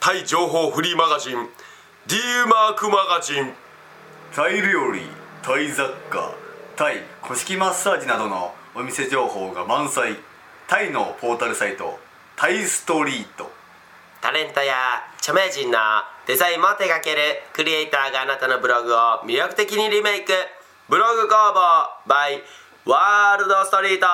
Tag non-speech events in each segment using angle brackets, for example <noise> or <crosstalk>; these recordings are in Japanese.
タイ情報フリーマガジン D マークマガジンタイ料理タイ雑貨タイ古式マッサージなどのお店情報が満載タイのポータルサイトタイストリートタレントや著名人のデザインも手掛けるクリエイターがあなたのブログを魅力的にリメイクブログ工房 by ワールドストリート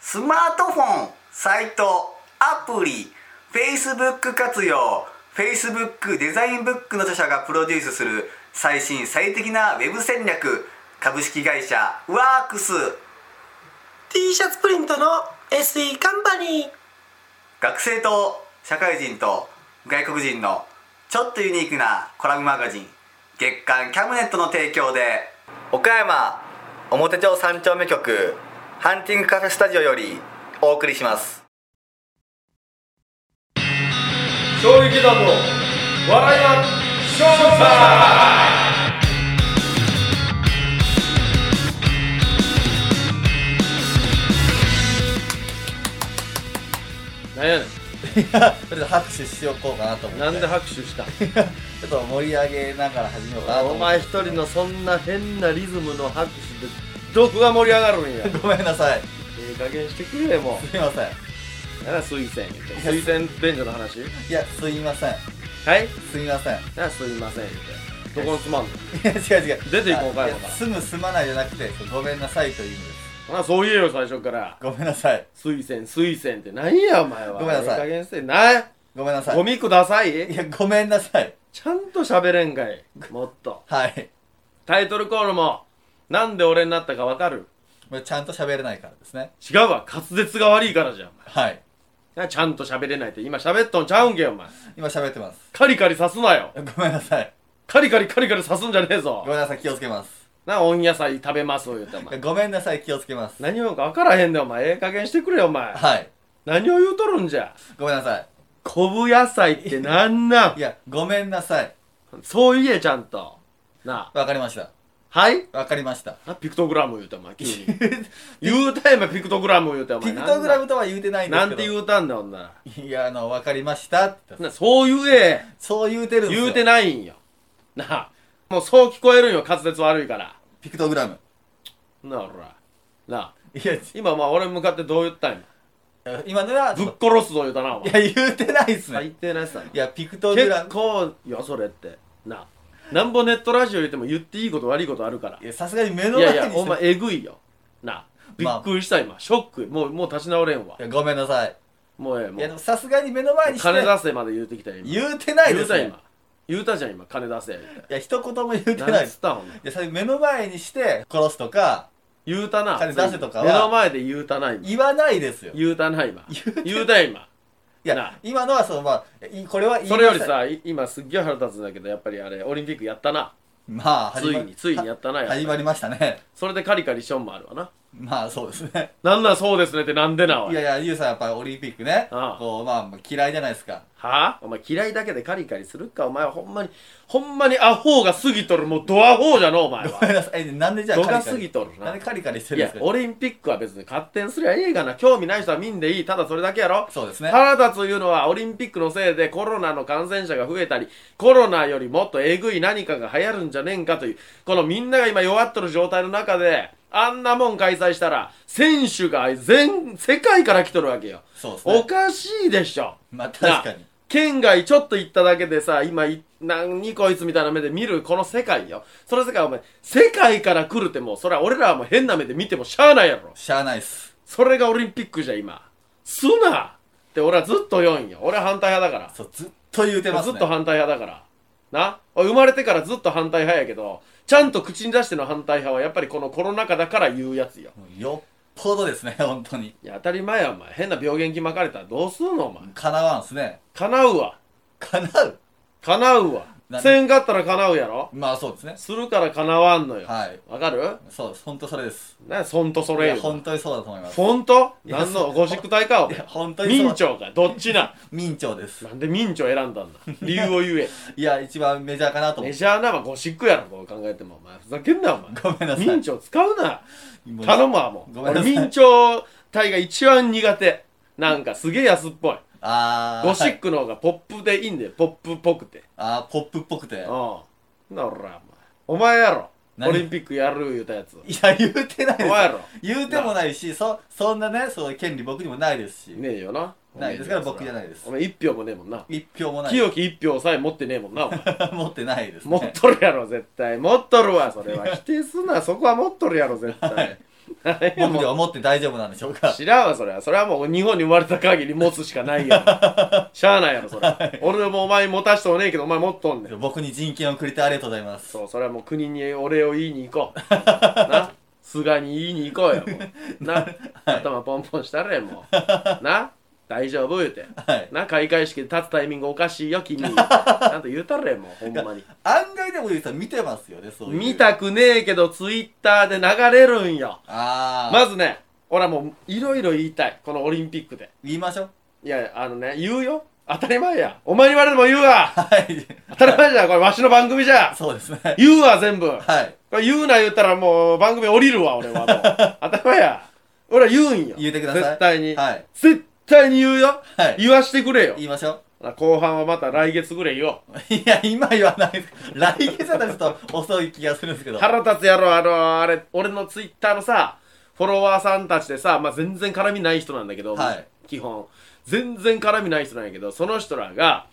スマートフォンサイトアプリ Facebook 活用 Facebook デザインブックの著者がプロデュースする最新最適なウェブ戦略株式会社ワークス T シャツプリントの SE カンパニー学生と社会人と外国人のちょっとユニークなコラムマガジン月刊キャムネットの提供で岡山表町三丁目局ハンティングカフェスタジオよりお送りしますなんやねとりあえず拍手しようこうかなと思んってなんで拍手したちょっと盛り上げながら始めようかなと <laughs> 思おって前一人のそんな変なリズムの拍手でどこが盛り上がるんやごめんなさいええ加減してくれよもすいませんうなら水仙水仙便所の話いやすいませんはいすいませんいならすいませんみたいなどこに住まんのや違う違う出ていこうかあ今かやら住む住まないじゃなくてごめんなさいという意味ですまあそう言えよ最初からごめんなさい水仙水仙って何やお前はごめんなさいええ加減してないごめんなさいゴミくださいいやごめんなさいちゃんと喋れんかいもっとはいタイトルコールもなんで俺になったかわかるまあちゃんと喋れないからですね違うわ滑舌が悪いからじゃんお前はいなちゃんと喋れないって今喋っとんちゃうんけよお前今喋ってますカリカリ刺すなよごめんなさいカリカリカリカリ刺すんじゃねえぞごめんなさい気をつけますな温野菜食べます言うてお前ごめんなさい気をつけます何をか分からへんでお前ええ加減してくれよお前はい何を言うとるんじゃごめんなさい昆布野菜ってなんないんやごめんなさいそう言えちゃんとなあわかりましたはいわかりましたなピクトグラム言うてお前急に言うたやんピクトグラム言うておピ前クトグラムムとは言うてないんですなけどんて言うたんだよほんならういやあのわかりましたって言ったなそう言えそう言うてるんですよ言うてないんよなあもうそう聞こえるんよ滑舌悪いからピクトグラムなあほらなあいや今まあ俺向かってどう言ったんや今のはぶっ殺すぞ言うたなおい前や言うてないっすね最低なやつだないやピクトグラ結ム構よそれってななんぼネットラジオ言っても言っていいこと悪いことあるからいやさすがに目のい前やにいしてやお前えぐいよなびまあっくりした今ショックもうもう立ち直れんわいやごめんなさいもうええもいやでうもさすがに目の前にして金出せまで言うてきたよ今言うてない言でうすたね今言うたじゃん今金出せ言ういや一言も言うててない何でつっすたんほんないやそれ目の前にして殺すとか言うたな金出せとかは目の前で言うたな今言わないですよい言うたな今言うた今なや今のはそのまあいこれは言いそれよりましたさい今すっげえ腹立つんだけどやっぱりあれオリンピックやったなまあついについにやったなやっぱり始まりましたねそれでカリカリションもあるわなまあそうですねなんなんそうですねってなんでなおいいやいはやゆうさんやっぱりオリンピックねああこうまあ嫌いじゃないですかあお前嫌いだけでカリカリするかお前はほんまにほんまにアホが過ぎとるもうドアホーじゃのお前ごめはんなさいえなんでじゃあ度カがリカ過ぎリとるななんでカリカリしてるんいでやすかオリンピックは別に勝手にすりゃええがな興味ない人は見んでいいただそれだけやろそうですね腹立ついうのはオリンピックのせいでコロナの感染者が増えたりコロナよりもっとえぐい何かが流行るんじゃねえんかというこのみんなが今弱っとる状態の中であんなもん開催したら選手が全世界から来とるわけよそうですおねかしいでしょまあ確かにな県外ちょっと行っただけでさ今い何こいつみたいな目で見るこの世界よその世界お前世界から来るってもうそれは俺らはもう変な目で見てもしゃあないやろしゃあないっすそれがオリンピックじゃ今すなって俺はずっと言うんよ俺は反対派だかそうずっと言うてら、ますずっねと反対派だからな俺生まれてからずっと反対派やけどちゃんと口に出しての反対派はやっぱりこのコロナ禍だから言うやつよよっぽどですね本当にいや当たり前やお前変な病原菌まかれたらどうすんのお前かなわんっすね叶うわ叶う叶うわ何せんかったら叶うやろまあそうですねするから叶わんのよはいわかるそうです本当それですなそんとそいれやよフ本当にそうだと思いますォントいや何そのうゴシック体かおいや前本当にそう明朝かどっちな明朝ですなんで明朝選んだんだ理由を言えいや一番メジャーかなと思メってジャーなまあゴシックやろどう考えてもお前ふざけんなよお前ごめんなさい明朝使うなもう頼むわもうごめんなさい俺明朝体が一番苦手なんかすげえ安っぽいあーゴシはッいクの方がポップでいいんだよポップっぽくてあーポップっぽくてうんならお前お前やろ何オリンピックやる言うたやついや言うてないでおす前やろ言うてもないしそそんなねそう権利僕にもないですし、ねえよなないですから僕じゃないですお前一票もねえもんな一票もない清き一票さえ持ってねえもんなお前 <laughs> <laughs> 持ってないですね持っとるやろ絶対持っとるわそ <laughs> れは否定すんなそこは持っとるやろ絶対はい僕で <laughs> もは持って大丈夫なんでしょううか知らんわそれはそれはもう日本に生まれた限り持つしかな <laughs> いやろしゃあないやろそれは俺もお前に持たしとうねえけどお前持っとんねん僕に人権をくれてありがとうございますそう、それはもう国にお礼を言いに行こう。な菅に言いに行こうよ、もう。 <laughs> な、頭ポンポンしたれ、もう。な大丈夫言うて。はいな、開会式で立つタイミングおかしい <laughs> よ、君。ちゃんと言うたれ、もう、ほんまに。案外でも言うと見てますよねそういう見たくねえけど、ツイッターで流れるんよ。ああ、まずね、俺はもう、いろいろ言いたい。このオリンピックで。言いましょういや、あのね、言うよ。当たり前や。お前に言われても言うわ。はい当たり前じゃん、これ、わしの番組じゃ。そうですね言うわ、全部。はいこれ言うな言ったらもう番組降りるわ俺はも <laughs> う頭や俺は言うんよ言うてください絶対に、はい絶対に言うよ、はい言わしてくれよ言いましょ後半はまた来月ぐらいよう <laughs> いや今言わないです来月だったらちょっと遅い気がするんですけど <laughs> 腹立つやろあのあれ俺のツイッターのさフォロワーさんたちでさ、まあ、全然絡みない人なんだけど、はい基本全然絡みない人なんやけどその人らが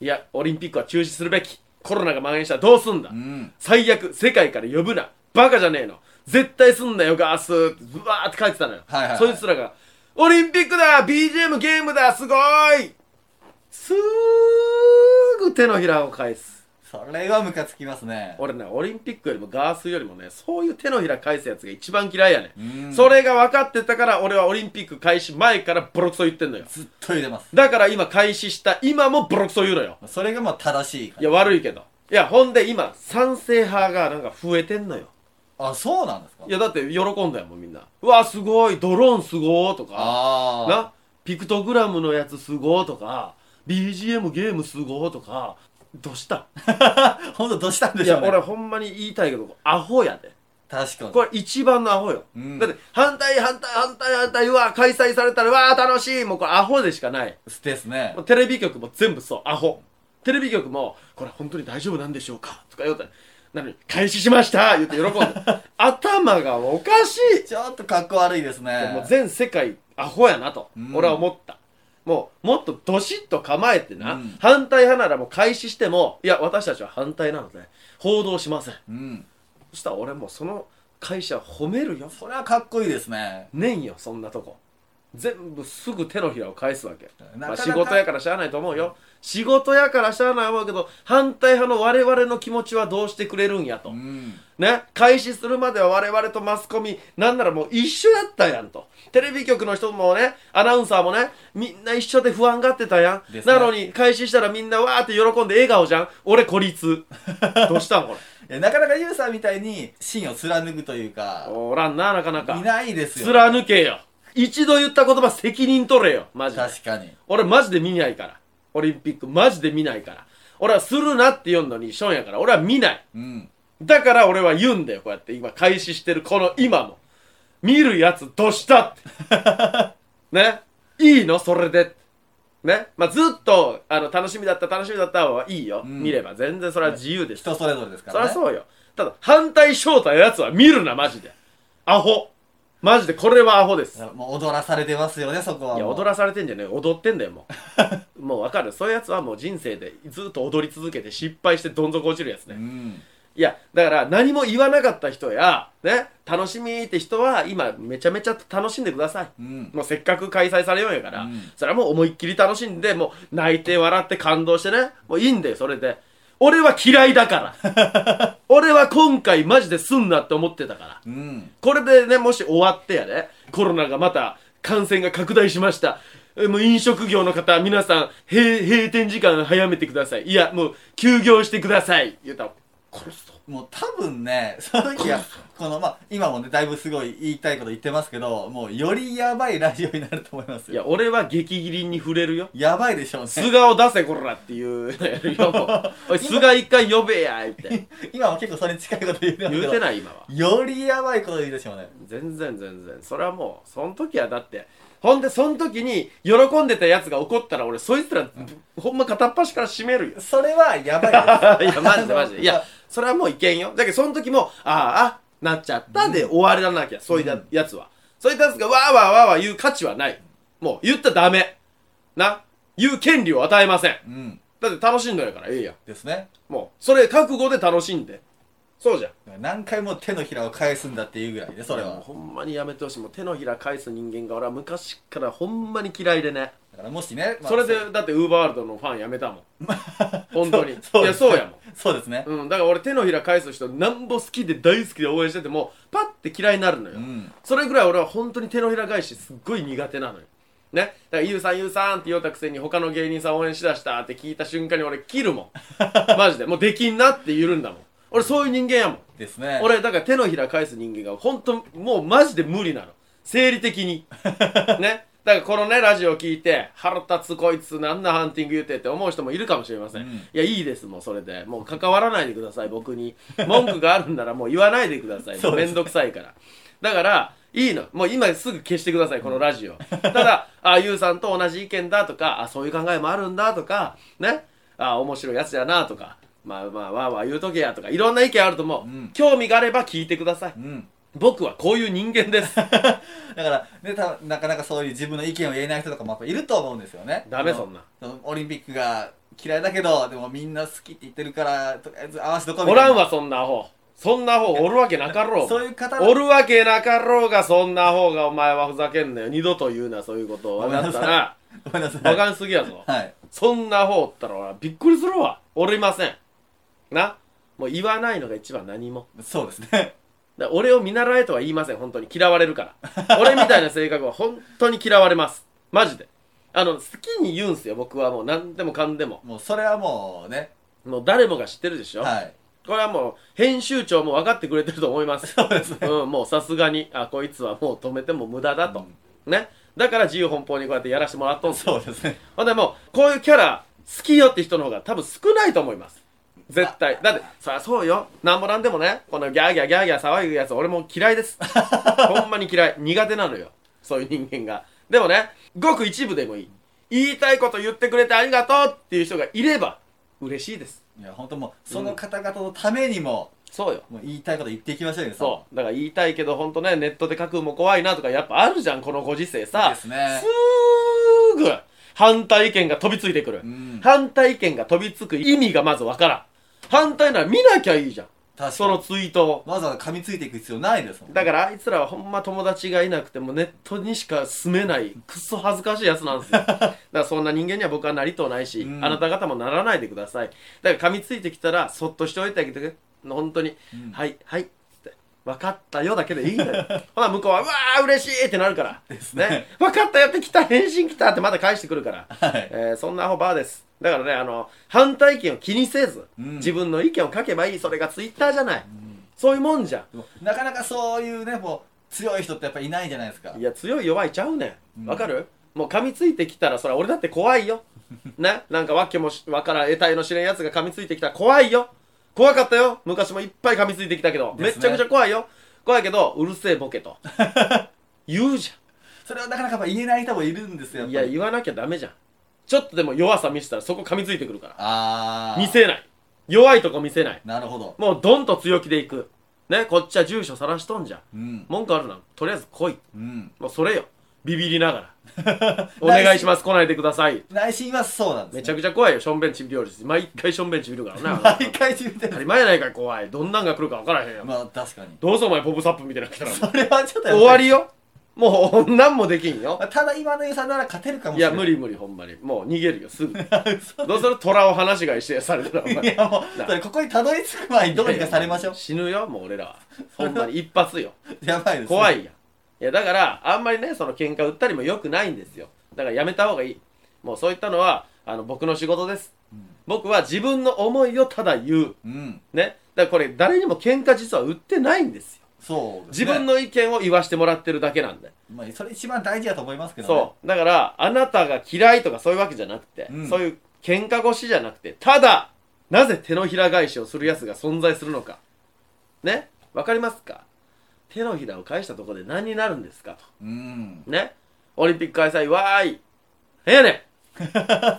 いやオリンピックは中止するべきコロナが蔓延したらどうすんだ、うん最悪世界から呼ぶなバカじゃねえの絶対すんなよガースってブワーって書いてたのよ、はいはいはいそいつらが「オリンピックだ BGM ゲームだすごい!」すーぐ手のひらを返すそれはムカつきますね俺ねオリンピックよりもガースよりもねそういう手のひら返すやつが一番嫌いやね、うんん、それが分かってたから俺はオリンピック開始前からボロクソ言ってんのよずっと入れますだから今開始した今もボロクソ言うのよそれがまあ正しいかいらや悪いけどいやほんで今賛成派がなんか増えてんのよあそうなんですかいやだって喜んだよもうみんなうわすごいドローンすごーとかああなピクトグラムのやつすごーとか BGM ゲームすごーとかどうしたほんとどうした <laughs> んでいしょうやね俺ほんまに言いたいけどアホやで確かにこれ一番のアホよ、んだって反対反対反対反対うわ開催されたらうわ楽しいもうこれアホでしかないですねもうテレビ局も全部そうアホテレビ局も「これ本当に大丈夫なんでしょうか?」とか言うたら「なのに開始しました!」言っ <laughs> て喜んで頭がおかしいちょっと格好悪いですねもう全世界アホやなと、ん俺は思ったもうもっとどしっと構えてな、うん反対派ならもう開始してもいや私たちは反対なので報道しませんうんそしたら俺もうその会社褒めるよそれはかっこいいですねねんよそんなとこ全部すぐ手のひらを返すわけなかなかまあ、仕事やからしゃあないと思うよ仕事やからしゃあない思うけど反対派の我々の気持ちはどうしてくれるんやと、うんね、開始するまでは我々とマスコミなんならもう一緒やったやんとテレビ局の人もねアナウンサーもねみんな一緒で不安がってたやん、ですねなのに開始したらみんなわーって喜んで笑顔じゃん俺孤 <laughs> 立どうしたんこれえなかなかユウさんみたいに芯を貫くというかおらんななかないかないですよ貫けよ一度言った言葉責任取れよマジで確かに俺マジで見ないからオリンピックマジで見ないから俺はするなって言うのにションやから俺は見ないうんだから俺は言うんだよ、こうやって今開始してるこの今も。見るやつどしたって。 <laughs> ね。いいのそれで。ね。まあ、ずっと、あの、楽しみだった、楽しみだったはいいよ。ん見れば。全然それは自由です。人それぞれですかそりらねゃそうよ。ただ、反対正体のやつは見るな、マジで。アホ。マジで、これはアホです。もう踊らされてますよねそこはいや踊らされてんじゃねえ踊ってんだよもうもうわかるそういうやつはもう人生でずっと踊り続けて失敗してどん底落ちるやつね、うんいやだから何も言わなかった人やね楽しみって人は今めちゃめちゃ楽しんでください、うんもうせっかく開催されようんやから、うんそれはもう思いっきり楽しんでもう泣いて笑って感動してねもういいんだよそれで俺は嫌いだから <laughs> 俺は今回マジですんなって思ってたからうんこれでね、もし終わってやね、コロナがまた感染が拡大しました。えもう飲食業の方、皆さん、閉、閉店時間早めてください。いや、もう、休業してください。言ったら、殺すぞ。もう多分 <laughs> ね、その時は、この、まあ、今もね、だいぶすごい言いたいこと言ってますけど、もうよりやばいラジオになると思いますいよ。や、俺は激切りに触れるよ。やばいでしょう素ね。顔出せ、こらっていう <laughs> のやるよ。もうおい、素が一回呼べや、みたいな。今は結構それに近いこと言ってますけど。言うてない、今は。よりやばいこと言うでしょうね。全然全然それはもうその時はだってほんでその時に喜んでたやつが怒ったら俺そいつらほんま片っ端から締めるよそれはやばい <laughs> いやマジでマジでいやそれはもういけんよだけどその時もあああなっちゃったで終わらなきゃ、そういったやつはそういったやつがわーわーわーわー言う価値はないもう言ったらダメな言う権利を与えませんです。うん。だって楽しんどんやからええやんですね。 <laughs> もうそれ覚悟で楽しんでそうじゃん何回も手のひらを返すんだっていうぐらいね、それ <laughs> もうは。ほんまにやめてほしいもう手のひら返す人間が俺は昔からほんまに嫌いでねだからもしね、まあそれでだってウーバーワールドのファンやめたもん本当にそういやそうやもそうですね。ん、うん、だから俺手のひら返す人なんぼ好きで大好きで応援しててもパッて嫌いになるのよ、うん。それぐらい俺は本当に手のひら返しすっごい苦手なのよね、だからゆうさんゆうさんって言おうたくせに他の芸人さん応援しだしたって聞いた瞬間に俺切るもんマジでもうできんなって言うんだもん俺そういう人間やもんですね。俺だから手のひら返す人間が本当もうマジで無理なの生理 <laughs> 的にねだからこのねラジオ聞いて腹立つこいつなんなハンティング言うてって思う人もいるかもしれません、うんいやいいですもうそれでもう関わらないでください僕に文句があるんならもう言わないでくださ <laughs> いそうですねめんどくさいからだからいいのもう今すぐ消してくださいこの <laughs> ラジオただあゆうさんと同じ意見だとかあそういう考えもあるんだとかねあ面白いやつやなとかまあまあわーわー言うとけやとかいろんな意見あると思う、うん興味があれば聞いてくださいうん。僕はこういう人間で <laughs> す <laughs> だから、ね、たなかなかそういう自分の意見を言えない人とかもやっぱいると思うんですよね。ダメあのそんな。そのオリンピックが嫌いだけど、でもみんな好きって言ってるから、とりあえず合わせとこうおらんわ。わそんなアホそんなアホおるわけなかろうそういう方おるわけなかろうがそんなアホがお前はふざけんなよ二度と言うなそういうことをご分めんなかっさたいな <laughs> ごめんなさい。バカにすぎやぞはい。そんなアホおったら俺はびっくりするわおりませんなもう言わないのが一番何もそうですね。 <laughs> だから俺を見習えとは言いません本当に嫌われるから <laughs> 俺みたいな性格は本当に嫌われますマジであの好きに言うんすよ僕はもう何でもかんでももうそれはもうね。もう誰もが知ってるでしょ、はい。これはもう編集長も分かってくれてると思いますそうですね。うん、もうさすがにあこいつはもう止めても無駄だと、ねだから自由奔放にこうやってやらせてもらっとんすよそうですね。ほんでもうこういうキャラ好きよって人の方が多分少ないと思います絶対だってそりゃそうよなんもなんでもねこのギャーギャーギャーギャー騒ぐやつ俺も嫌いです <laughs> ほんまに嫌い苦手なのよそういう人間がでもねごく一部でもいい言いたいこと言ってくれてありがとうっていう人がいれば嬉しいですいや、本当もう、その方々のためにも、そうよもう言いたいこと言っていきましょうよ。そうだから言いたいけど本当ねネットで書くのも怖いなとかやっぱあるじゃんこのご時世さですねすーぐ反対意見が飛びついてくる、ん反対意見が飛びつく意味がまずわからん反対なら見なきゃいいじゃん確かにそのツイートをわざわざ噛みついていく必要ないですもんね。だからあいつらはほんま友達がいなくてもネットにしか住めないくっそ恥ずかしいやつな <laughs> んですよだからそんな人間には僕はなりとうないし、うんあなた方もならないでくださいだから噛みついてきたらそっとしておいてあげてくれ本当に、はいはいって分かったよだけでいいん <laughs> だよほな向こうはうわー嬉しいってなるからですね分かったよって来た返信来たってまた返してくるから、はいえーそんなアホバーですだからねあの反対意見を気にせず、うん自分の意見を書けばいいそれがツイッターじゃない、そういうもんじゃんでもなかなかそういうね、もう、強い人ってやっぱいないじゃないですか。いや強い弱いちゃうねんわかる、もう噛みついてきたらそれ俺だって怖い <laughs> よねなんかわけもしわからん得体の知れんやつが噛みついてきたら怖いよ怖かったよ昔もいっぱい噛みついてきたけど、でめすねちゃくちゃ怖いよ怖いけどうるせえボケ <laughs> と言うじそれはなかなかやっぱ言えない人もいるんですよ。やゃんっいぱやり言わなきゃダメじゃんちょっとでも弱さ見せたらそこ噛みついてくるからあー。見せない弱いとこ見せないなるほど。もうドンと強気でいくねこっちは住所晒しとんじゃんうん。文句あるならとりあえず来いうん。もうそれよビビりながら <laughs> お願いします来ないでください内心はそうなんです、ね。めちゃくちくちゃ怖いよしょんべんちびりょうです毎回しょんべんちびるからな毎回自分で当たり前やないかい怖いどんなんが来るか分からへんよ、まあ、確かに。どうせお前ポップサップみたいなの来たらお <laughs> 前それはちょっとやっぱ終わりよもう何もできんよまあただ今のゆうさんなら勝てるかもいしれやない。無理無理ほんまにもう逃げるよす <laughs> ぐどうする虎を放し飼いしてされたらお前いやもう、なそれここにたどり着く前にどうにかされましょう。死ぬよもう俺ら <laughs> はほんまに一発よやばいです、怖い。いやんいやだからあんまりねその喧嘩売ったりもよくないんですよだからやめた方がいいもうそういったのはあの僕の仕事です、僕は自分の思いをただ言ううんねだからこれ誰にも喧嘩実は売ってないんですよそうです自ね分の意見を言わしてもらってるだけなんで、まあそれ一番大事だと思いますけどねそうだからあなたが嫌いとかそういうわけじゃなくて、うんそういう喧嘩腰じゃなくてただなぜ手のひら返しをするやつが存在するのかねわかりますか手のひらを返したところで何になるんですかううんとねオリンピック開催わーいええねん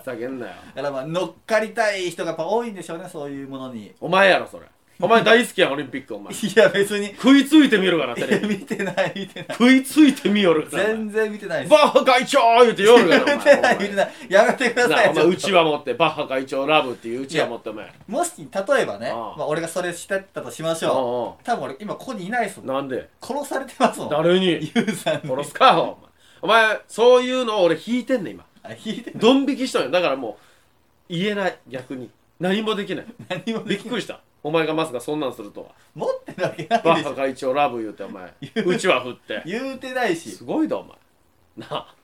叫んなよだからまあ乗っかりたい人がやっぱ多いんでしょうねそういうものにお前やろそれお前大好きやんオリンピックお前いや別に食いついてみるからテレ見ビてない見てない食いついてみよるからお前全然見てないですバッハ会長言うて夜が <laughs> なお前見てない見てないやめてくだなさいあお前うちょっちわ持ってバッハ会長ラブっていううちわ持ってお前ともし例えばねああまあ俺がそれしてたとしましょおうおう多分俺今ここにいないですうもんなんで殺されてますもん誰ゆにうさんに殺すかお前お前そういうのを俺引いてんねん今あ聞いてドン引きしたんよだからもう言えない逆に何もできない何もびでっきくりしたお前がまさかそんなんするとは持ってるわけないバッでしハょ会長ラブ言うてお前うちわ振って言うてないしすごいだお前なあ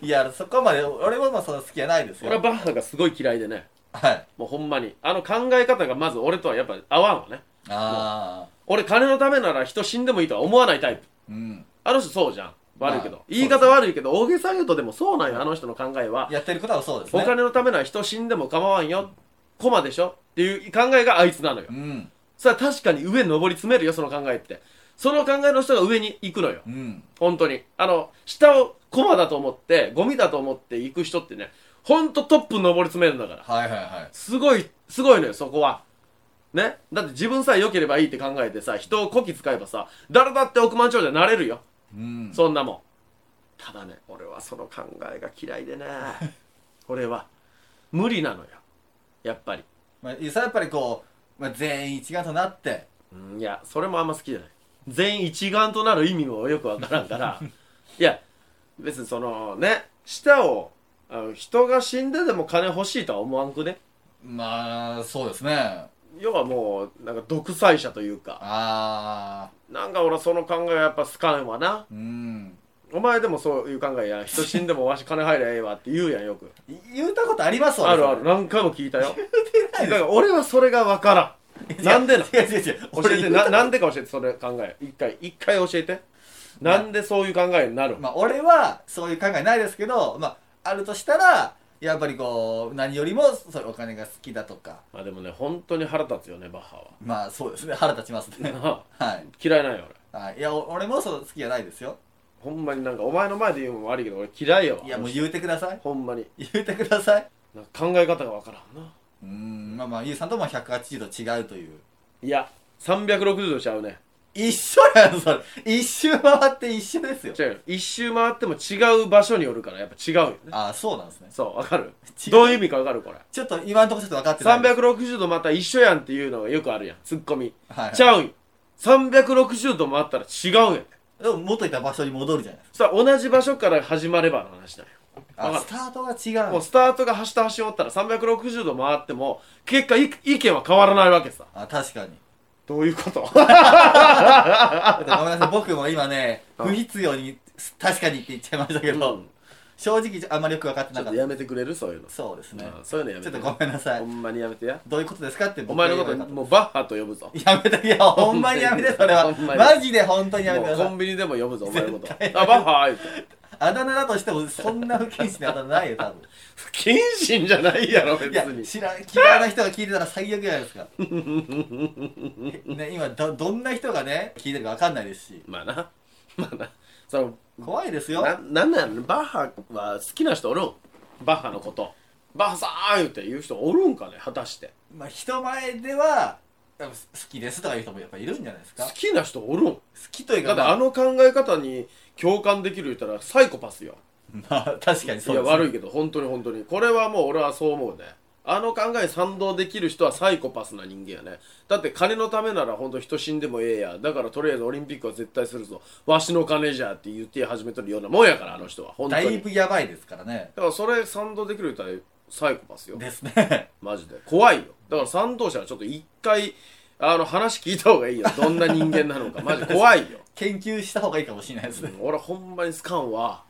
いやそこまで俺もまあその好きじゃないです俺はよバッハがすごい嫌いでねはいもうほんまにあの考え方がまず俺とはやっぱ合わんわねああ俺金のためなら人死んでもいいとは思わないタイプうんあの人そうじゃん悪いけど、まあ言い方悪いけど大げさ言うとでもそうなんよあの人の考えは、やってることはそうですおね金のためなら人死んでも構わんよコマでしょっていう考えがあいつなのよ、うんそれは確かに上に上り詰めるよその考えってその考えの人が上に行くのようん本当にあの下をコマだと思ってゴミだと思って行く人ってねほんとトップに上り詰めるんだからはいはいはいすごい、すごいのよ、そこは。ねだって自分さえ良ければいいって考えてさ、人をこき使えばさ、誰だって億万長者になれるよ。うんそんなもん。ただね、俺はその考えが嫌いでね。俺は、無理なのよ。やっぱり。まあ、それはやっぱりこう、まあ、全員一丸となってうんいや、それもあんま好きじゃない。全員一丸となる意味もよくわから <laughs> んから。いや、別にそのね、舌を、あの人が死んででも金欲しいとは思わんくね。まあそうですねあ要はもう、なんか独裁者というか。あなんか俺その考えはやっぱ好かんわな。うんお前でもそういう考えやん。人死んでもわし金入りゃええわって言うやんよく。い言うたことありますわあるある。何回も聞 <laughs> いたよ。ないだから俺はそれがわからん。なんでな違う違う違う教えてな、なんでか教えて、それ考え。一回、一回教えて。なんでそういう考えになるんまあ俺はそういう考えないですけどまああるとしたらやっぱりこう何よりもそれお金が好きだとかまあでもね、本当に腹立つよね、バッハまあそうですね腹立ちますねは。 <laughs> はい嫌いなんよ俺。はいいやお俺もそう好きじゃないですよほんまになんかお前の前で言うのも悪いけど俺嫌いやわ。いやもう言うてくださいほんまに。言うてくださいなんか考え方がわからんな。うんまあまあゆうさんとも180度違うといういや、360度しちゃうね。一緒やんそれ一周回って一緒ですよ違うよ一周回っても違う場所によるからやっぱ違うよねああそうなんですねそうわかる違うどういう意味かわかるこれちょっと今のところちょっと分かってない360度また一緒やんっていうのがよくあるやんツッコミ、はいはいちゃうんよ360度回ったら違うんやでも元いた場所に戻るじゃないですさあ同じ場所から始まればの話だよかわかあるスタートが違うものうスタートが端と端を折ったら360度回っても結果い意見は変わらないわけさあ確かにどういうこと <laughs> ごめんなさい僕も今ね不必要に確かにって言っちゃいましたけど、うん正直あんまりよく分かってちなょっかとっやためてくれるそういうのそうですねうんそういうのやめちょてっとごめんなさほいんまにやめてやどういうことですかって僕お前のこと言えばよかもうバッハと呼ぶぞったやめ <laughs> ていやほんまにやめてそれはほんまにマジで本当にやめてくもだうコさいンビニでも呼ぶぞお前のこと絶あバッハーってあだ名だとしてもそんな不謹慎なあだ名ないよ多 <laughs> 分不謹慎じゃないやろ別いやに知らん嫌いな人が聞いてたら最悪じゃないです <laughs> かね今どどんな人がね聞いてるか分かんないですしまあなまあなその怖いですよななんなんやろねバッハは好きな人おるんバッハのことバッハさーん言うて言う人おるんかね果たしてまあ人前ではやっぱ好きですとかいう人もやっぱいるんじゃないですか好好きな人おるんきというだかってあの考え方に共感できる言ったらサイコパスよ <laughs> まあ、まあ確かにいそうやです悪いいけど本当に本当にこれはもう俺はそう思うねあの考えに賛同できる人はサイコパスな人間やねだって金のためなら本当人死んでもええやだからとりあえずオリンピックは絶対するぞわしの金じゃって言って始めとるようなもんやからあの人は本当だにいぶやばいですからねだからそれ賛同できる人はサイコパスよですね <laughs> マジで怖いよだから賛同者はちょっと一回あの話聞いた方がいいよどんな人間なのかマジ怖いよ研究した方がいいかもしれないですね俺ほんまに好かんわ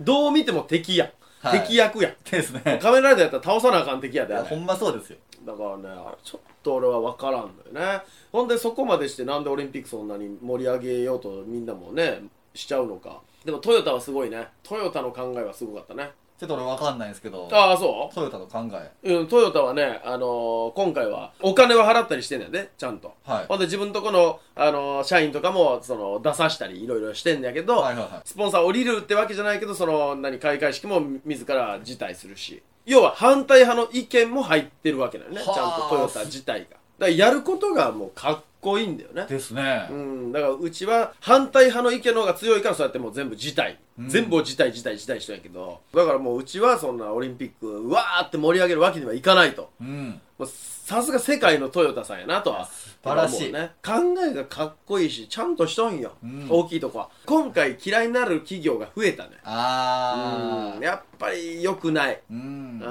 どう見ても敵やんはい敵役やんですね仮面ライダーやったら倒さなあかん敵やいであやれほんまそうですよだからねあれちょっと俺は分からんのよねほんでそこまでしてなんでオリンピックそんなに盛り上げようとみんなもねしちゃうのかでもトヨタはすごいねトヨタの考えはすごかったねちょっと俺わかんないんですけどああそトヨタの考えう、うん、トヨタはね、あのー今回はお金は払ったりしてんねんねちゃんと、はいほんで自分とこの、あのー社員とかもその出さしたりいろいろしてんだけど、はいはいはいスポンサー降りるってわけじゃないけどその何開会式も自ら辞退するし要は反対派の意見も入ってるわけだよねちゃはんあとトヨタ自体がだからやることがもうかっこいいんだよねですねうんだからうちは反対派の意見の方が強いからそうやってもう全部辞退、全部を辞退辞退辞退しとんやけどだからもううちはそんなオリンピックうわーって盛り上げるわけにはいかないとうんもうさすが世界のトヨタさんやなとは素晴らしいね、考えがかっこいいしちゃんとしとんよ、大きいとこは今回嫌いになる企業が増えたねあうんーやっぱり良くないうん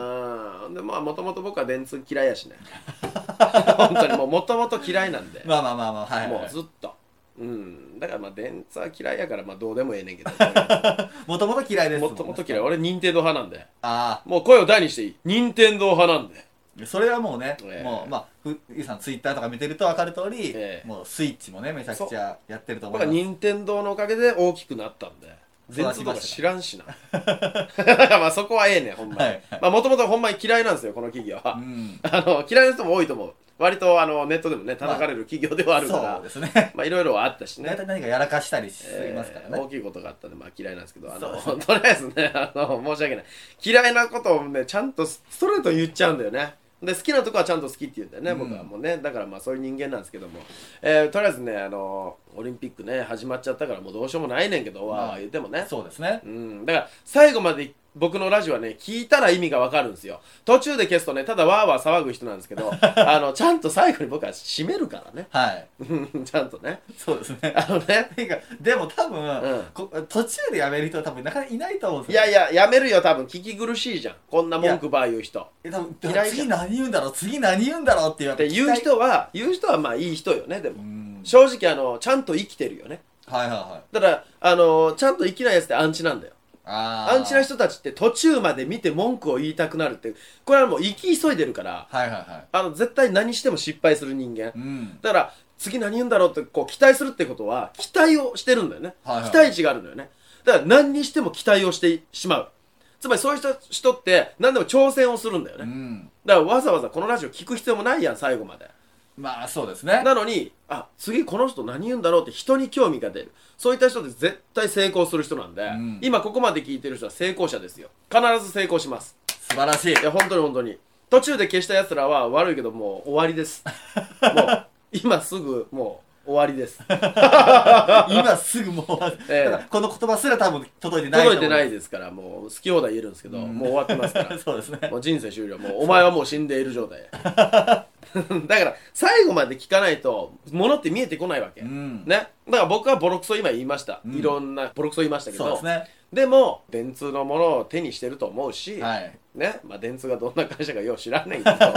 うんでまあもともと僕は電通嫌いやしね <laughs> 本当にもうもともと嫌いなんでまあまあまあ <laughs> まあはいもはういずっとうんだからまあ電通は嫌いやからまあどうでもええね <laughs> んけどもともと嫌いですもともと嫌い俺任天堂派なんであもう声を大にしていい任天堂派なんであそれはもうね、ええもうまあふゆうさんツイッターとか見てると分かる通り、ええもうスイッチもねめちゃくちゃやってるとだ思かいまらす任天堂のおかげで大きくなったんで育ちました電通とか知らんしな <laughs> まあそこはええねんほんまに、はいはいまあもともとほんまに嫌いなんですよこの企業は、んあの嫌いな人も多いと思う割とあのネットでもね叩かれる企業ではあるから、まあ、そうですねいろいろはあったしね大体何かやらかしたりしますからえーね、大きいことがあったんで、まあ、嫌いなんですけどあの、そう <laughs> とりあえずねあの申し訳ない嫌いなことをねちゃんとストレートに言っちゃうんだよねで好きなとこはちゃんと好きって言うんだよね、僕はもうねだからまあそういう人間なんですけども、えーとりあえずねあのオリンピックね始まっちゃったからもうどうしようもないねんけど、わまああ言ってもねそうですねうん、だから最後まで僕のラジオはね聞いたら意味がわかるんですよ途中で消すとねただわーわー騒ぐ人なんですけ <laughs> どあのちゃんと最後に僕は締めるからねはいちゃんとねそうですねあのねていうかでも多分、うんこ途中でやめる人は多分なかなかいないと思うんいですよやいや、やめるよ、多分聞き苦しいじゃん。こんな文句ばあ言う人。え多分嫌いじゃん次何言うんだろう次何言うんだろうっていうで、言うは人は、言う人はまあいい人よね、でもん。正直、あの、ちゃんと生きてるよね。はいはいただ、あの、ちゃんと生きないやつってアンチなんだよ。あーアンチな人たちって途中まで見て文句を言いたくなるって、これはもう生き急いでるから、はいはいはいあの、絶対何しても失敗する人間。うんだから次何言うんだろうってこう期待するってことは期待をしてるんだよね、はいはい期待値があるんだよねだから何にしても期待をしてしまうつまりそういう人人って何でも挑戦をするんだよね、うんだからわざわざこのラジオ聞く必要もないやん最後までまあそうですねなのにあ次この人何言うんだろうって人に興味が出るそういった人って絶対成功する人なんで、ん今ここまで聞いてる人は成功者ですよ必ず成功します素晴らしいいや本当に本当に途中で消したやつらは悪いけどもう終わりです <laughs> もう今すぐもう終わりです今すぐもう、ええただこの言葉すら多分届いてないと届い思てないですからもう好き放題言えるんですけど、もう終わってますからそうですねもう人生終了もうお前はもう死んでいる状 <laughs> 態だから最後まで聞かないと物って見えてこないわけ、んね、だから僕はボロクソ今言いました、いろんなボロクソ言いましたけどそうですねでも電通のものを手にしてると思うし、はいねまあ、電通がどんな会社かよう知らない <laughs> けど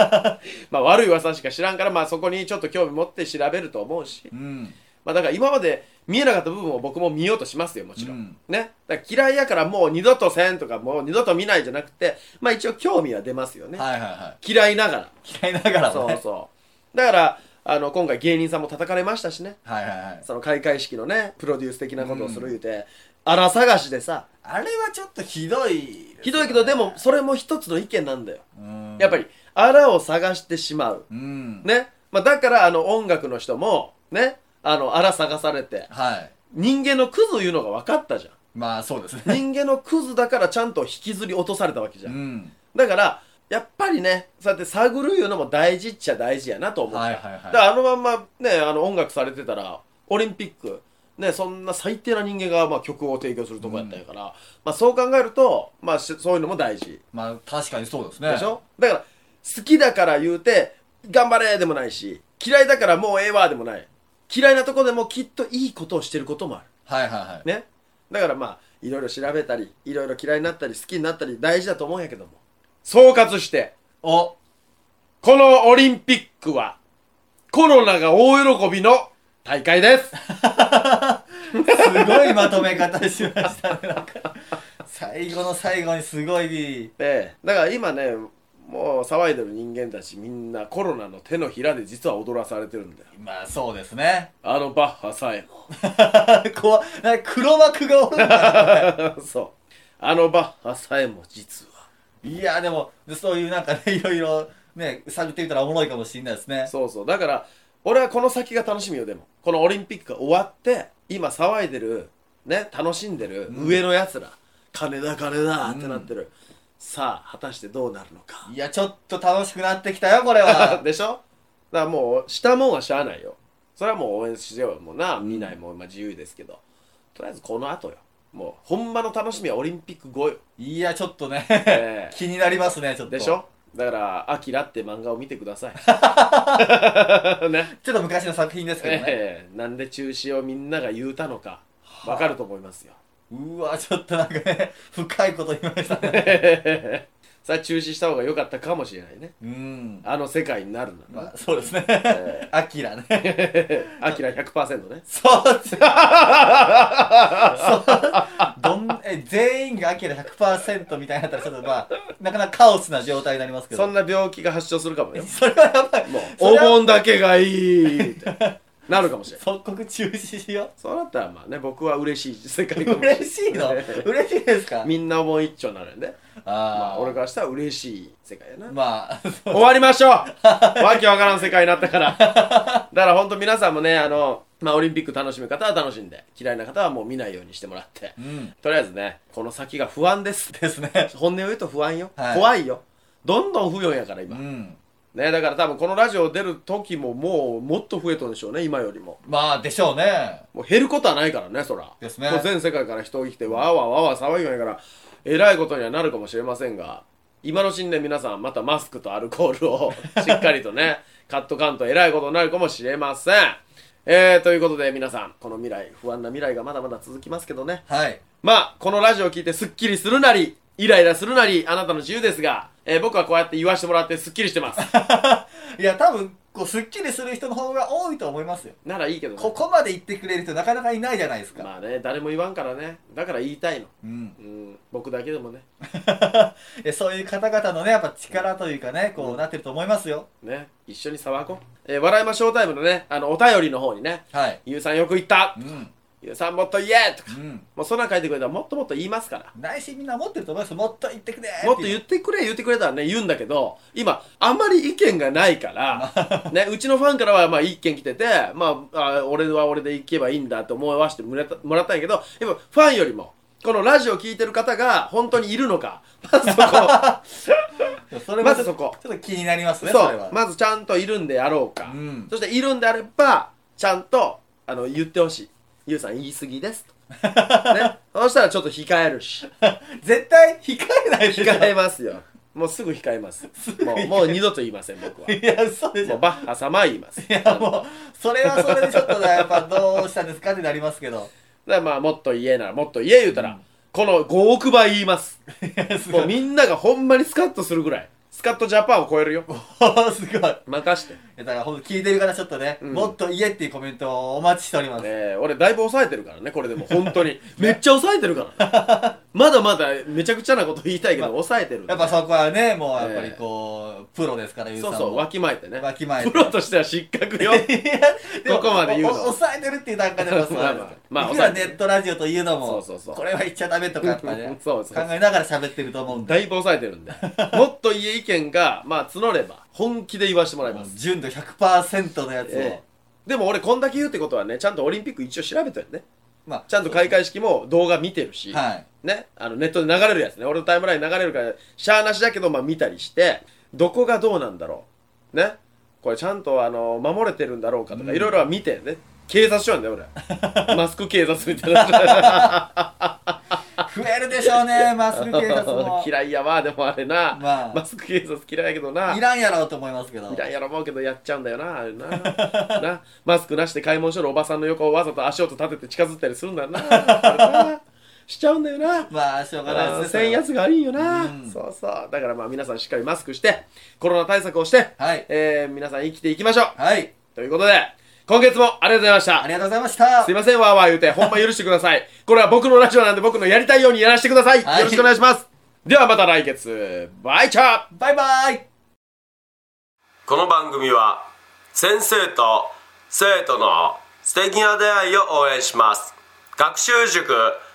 まあ悪い噂しか知らんから、まあ、そこにちょっと興味持って調べると思うし、うんまあ、だから今まで見えなかった部分を僕も見ようとしますよもちろん、うんねだから嫌いやからもう二度とせんとかもう二度と見ないじゃなくてまあ一応興味は出ますよね、はいはいは嫌いながい <laughs> 嫌いながららもそねうそうだからあの今回芸人さんも叩かれましたしねはいはいはいその開会式のねプロデュース的なことをする言うて、荒探しでさあれはちょっとひどいですねひどいけどでもそれも一つの意見なんだよ、うんやっぱりあらを探してしまう、うんね、まあ、だからあの音楽の人もねあのあら探されてはい人間のクズいうのが分かった <laughs> じゃんまあそうですね人間のクズだからちゃんと引きずり落とされたわけじゃ、うんんだからやっぱりねそうやって探るいうのも大事っちゃ大事やなと思った、はいはいはいだからあのまんまねあの音楽されてたらオリンピックね、そんな最低な人間がまあ曲を提供するとこやったんやから、まあ、そう考えると、まあ、しそういうのも大事まあ確かにそうですねでしょだから好きだから言うて頑張れでもないし嫌いだからもうええわでもない嫌いなとこでもきっといいことをしてることもあるはいはいはいねだからまあいろいろ調べたりいろいろ嫌いになったり好きになったり大事だと思うんやけども総括しておこのオリンピックはコロナが大喜びの大会ですすごいまとめ方しましたねなんか最後の最後にすごいええだから今ねもう騒いでる人間たちみんなコロナの手のひらで実は踊らされてるんだよまあそうですねあのバッハさえも怖っなんか黒幕がおるんだ <laughs> そうあのバッハさえも実はいやでもそういうなんかねいろいろね探ってみたらおもろいかもしれないですねそうそうだから俺はこの先が楽しみよでもこのオリンピックが終わって今騒いでるね楽しんでる上のやつら、金だ金だってなってる、さあ果たしてどうなるのかいやちょっと楽しくなってきたよこれは <laughs> でしょだからもうしたもんはしゃあないよそれはもう応援しようよもうな見ないもんまあ自由ですけどとりあえずこの後よもうほんまの楽しみはオリンピック後よ、いやちょっとね、え気になりますねちょっえとでしょだから「アキラって漫画を見てくだ <laughs> さいねちょっと昔の作品ですけどね、ええ <laughs> なんで中止をみんなが言うたのかわかると思いますようわちょっとなんかね深いこと言いましたねさあ中止した方が良かったかもしれないねうんあの世界になるならまあそうですねアキラねアキラ100%ねそうですそうどんえ全員がアキラ100%みたいになったらちょっとまあなかなかカオスな状態になりますけどそんな病気が発症するかもよそれはやばいもうそおれは盆だけがいいってなるかもしれない即刻中止しよ <laughs> そうなったらまあね僕は嬉しい世界うかもれない嬉しいの嬉しいですか <laughs> みんなお盆一丁になるんでまああ俺からしたら嬉しい世界やな、ーまあそう終わりま <laughs> しょうわけわからん世界になったからだから本当皆さんもねあのまあオリンピック楽しむ方は楽しんで嫌いな方はもう見ないようにしてもらって、んとりあえずねこの先が不安ですですね本音を言うと不安よ、はい怖いよどんどん不安やからう今、んねだから多分このラジオ出る時ももうもっと増えとんでしょうね今よりもまあでしょうねもう減ることはないからねそらですねもう全世界から人が来てわーわーわーわー騒いよんやからえらいことにはなるかもしれませんが今の新年皆さんまたマスクとアルコー <laughs> ルをしっかりとねカットカントえらいことになるかもしれませんえー、ということで皆さんこの未来不安な未来がまだまだ続きますけどねはいまあ、このラジオを聞いてスッキリするなり、イライラするなり、あなたの自由ですが、えー僕はこうやって言わせてもらってスッキリし <laughs> てます。いや多分こうすっきりする人の方が多いと思いますよならいいけどね。ここまで言ってくれる人なかなかいないじゃないですか、まあね、誰も言わんからね。だから言いたいの。うんうん、僕だけでもね。えそういう方々のねやっぱ力というかねこうなってると思いますよね、一緒に騒ごう。えー笑いましょうタイムのね、あの、お便りの方にね、はいゆうさんよく言ったうんゆうさんもっと言えとか、うんもうそんなん書いてくれたらもっともっと言いますから。内心みんな持ってると思いますもっと言ってくれもっと言ってくれ言ってくれたらね言うんだけど今あんまり意見がないから、ね、うちのファンからはまあ意見来てて、まあ、あ俺は俺で行けばいいんだと思わせてもらったもらったんやけどでもファンよりもこのラジオ聞いてる方が本当にいるのかまずそこそれはまずそこちょっと気になりますねそそれはうまずちゃんといるんであろうか、うんそしているんであればちゃんとあの言ってほしい「ゆうさん言い過ぎです」と、ね、そしたらちょっと控えるし絶対控えないでしょ控えますよもうすぐ控えますもうもう二度と言いません僕はいやそうでしもうょバッハ様は言います。いやもうそれはそれでちょっとねやっぱどうしたんですかってなりますけどだからまあもっと言えならもっと言え言うたら、この5億倍言います。いやすごいもうみんながほんまにスカッとするぐらい。スカッとジャパンを超えるよ。お <laughs> すごいいや任して。ねだからほんと聞いてる方ちょっとね、もっと言えっていうコメントをお待ちしております、え俺だいぶ抑えてるからね、これでも本当に。めっちゃ抑えてるから、ね。まだまだめちゃくちゃなこと言いたいけど、抑えてるんで。やっぱそこはねもうやっぱりこう、プロですからゆうさそんうもそう、わきまえてね。わきまえてプロとしては失格よ。でもここまで言うのおお抑えてるっていう段階でもそうなん <laughs> ですよまあまあまあいくらネットラジオというのもそうそうそうこれは言っちゃダメとかやっぱ <laughs> ねそうそうそう考えながら喋ってると思うんでだいぶ抑えてるんで。もっといい意見が、まあ募れば、本気で言わせてもらいます。純度100%のやつを、ええ、でも俺こんだけ言うってことはねちゃんとオリンピック一応調べたよねまあちゃんと開会式も動画見てるし、はいね、あのネットで流れるやつね俺のタイムラインに流れるからしゃあなしだけど、まあ、見たりしてどこがどうなんだろうねこれちゃんとあの守れてるんだろうかとかいろいろは見てね警察署なんだよ <laughs> 俺マスク警察みたいな増えるでしょう <laughs> ねマスク警察も <laughs> 嫌いやわでもあれな、まあマスク警察嫌いやけどないらんやろうと思いますけどいらんやろ思うけどやっちゃうんだよなあれな <laughs> なマスクなしで買い物しよるおばさんの横をわざと足音立てて近づったりするんだ <laughs> よなあれなしちゃうんだよなまあしょうがないですねそせんれはやつが悪いんよな、うんそうそうだからまあ皆さんしっかりマスクしてコロナ対策をして、はいえー皆さん生きていきましょうはいということで今月もありがとうございました。ありがとうございましたすいません、わーわー言うて、ほんま許してください。 <laughs> これは僕のラジオなんで僕のやりたいようにやらせてください。はいよろしくお願いします。ではまた来月。バイチャーバイバイこの番組は先生と生徒の素敵な出会いを応援します学習塾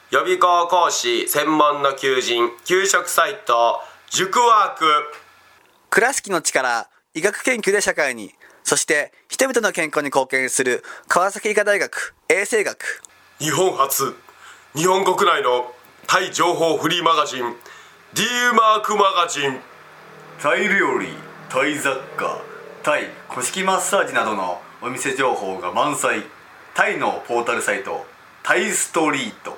予備校講師専門の求人給食サイト塾ワーク倉敷の力医学研究で社会にそして人々の健康に貢献する川崎医科大学衛生学日本初日本国内のタイ情報フリーマガジン D マークマガジンタイ料理タイ雑貨タイ古式マッサージなどのお店情報が満載タイのポータルサイトタイストリート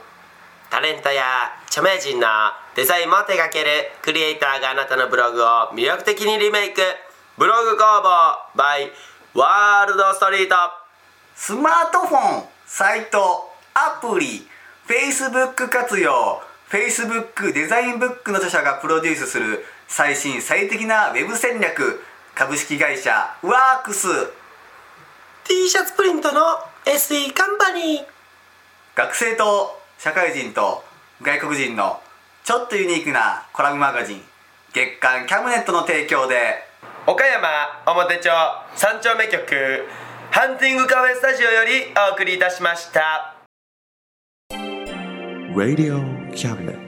タレントや著名人のデザインも手掛けるクリエイターがあなたのブログを魅力的にリメイクブログ工房 by ワールドストリートスマートフォンサイトアプリ Facebook 活用 Facebook デザインブックの著者がプロデュースする最新最適なウェブ戦略株式会社ワークス T シャツプリントの SE カンパニー学生と社会人と外国人のちょっとユニークなコラムマガジン月刊キャムネットの提供で岡山表町三丁目局ハンティングカフェスタジオよりお送りいたしました。 Radio Cabinet.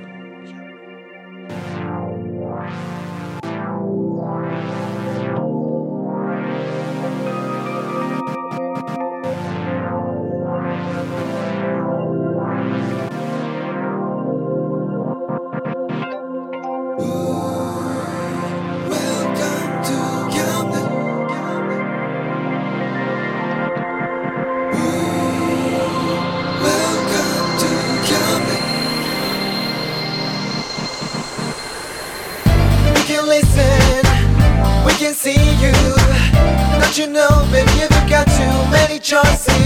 We can listen, we can see you. Don't you know, baby, you've got too many choices.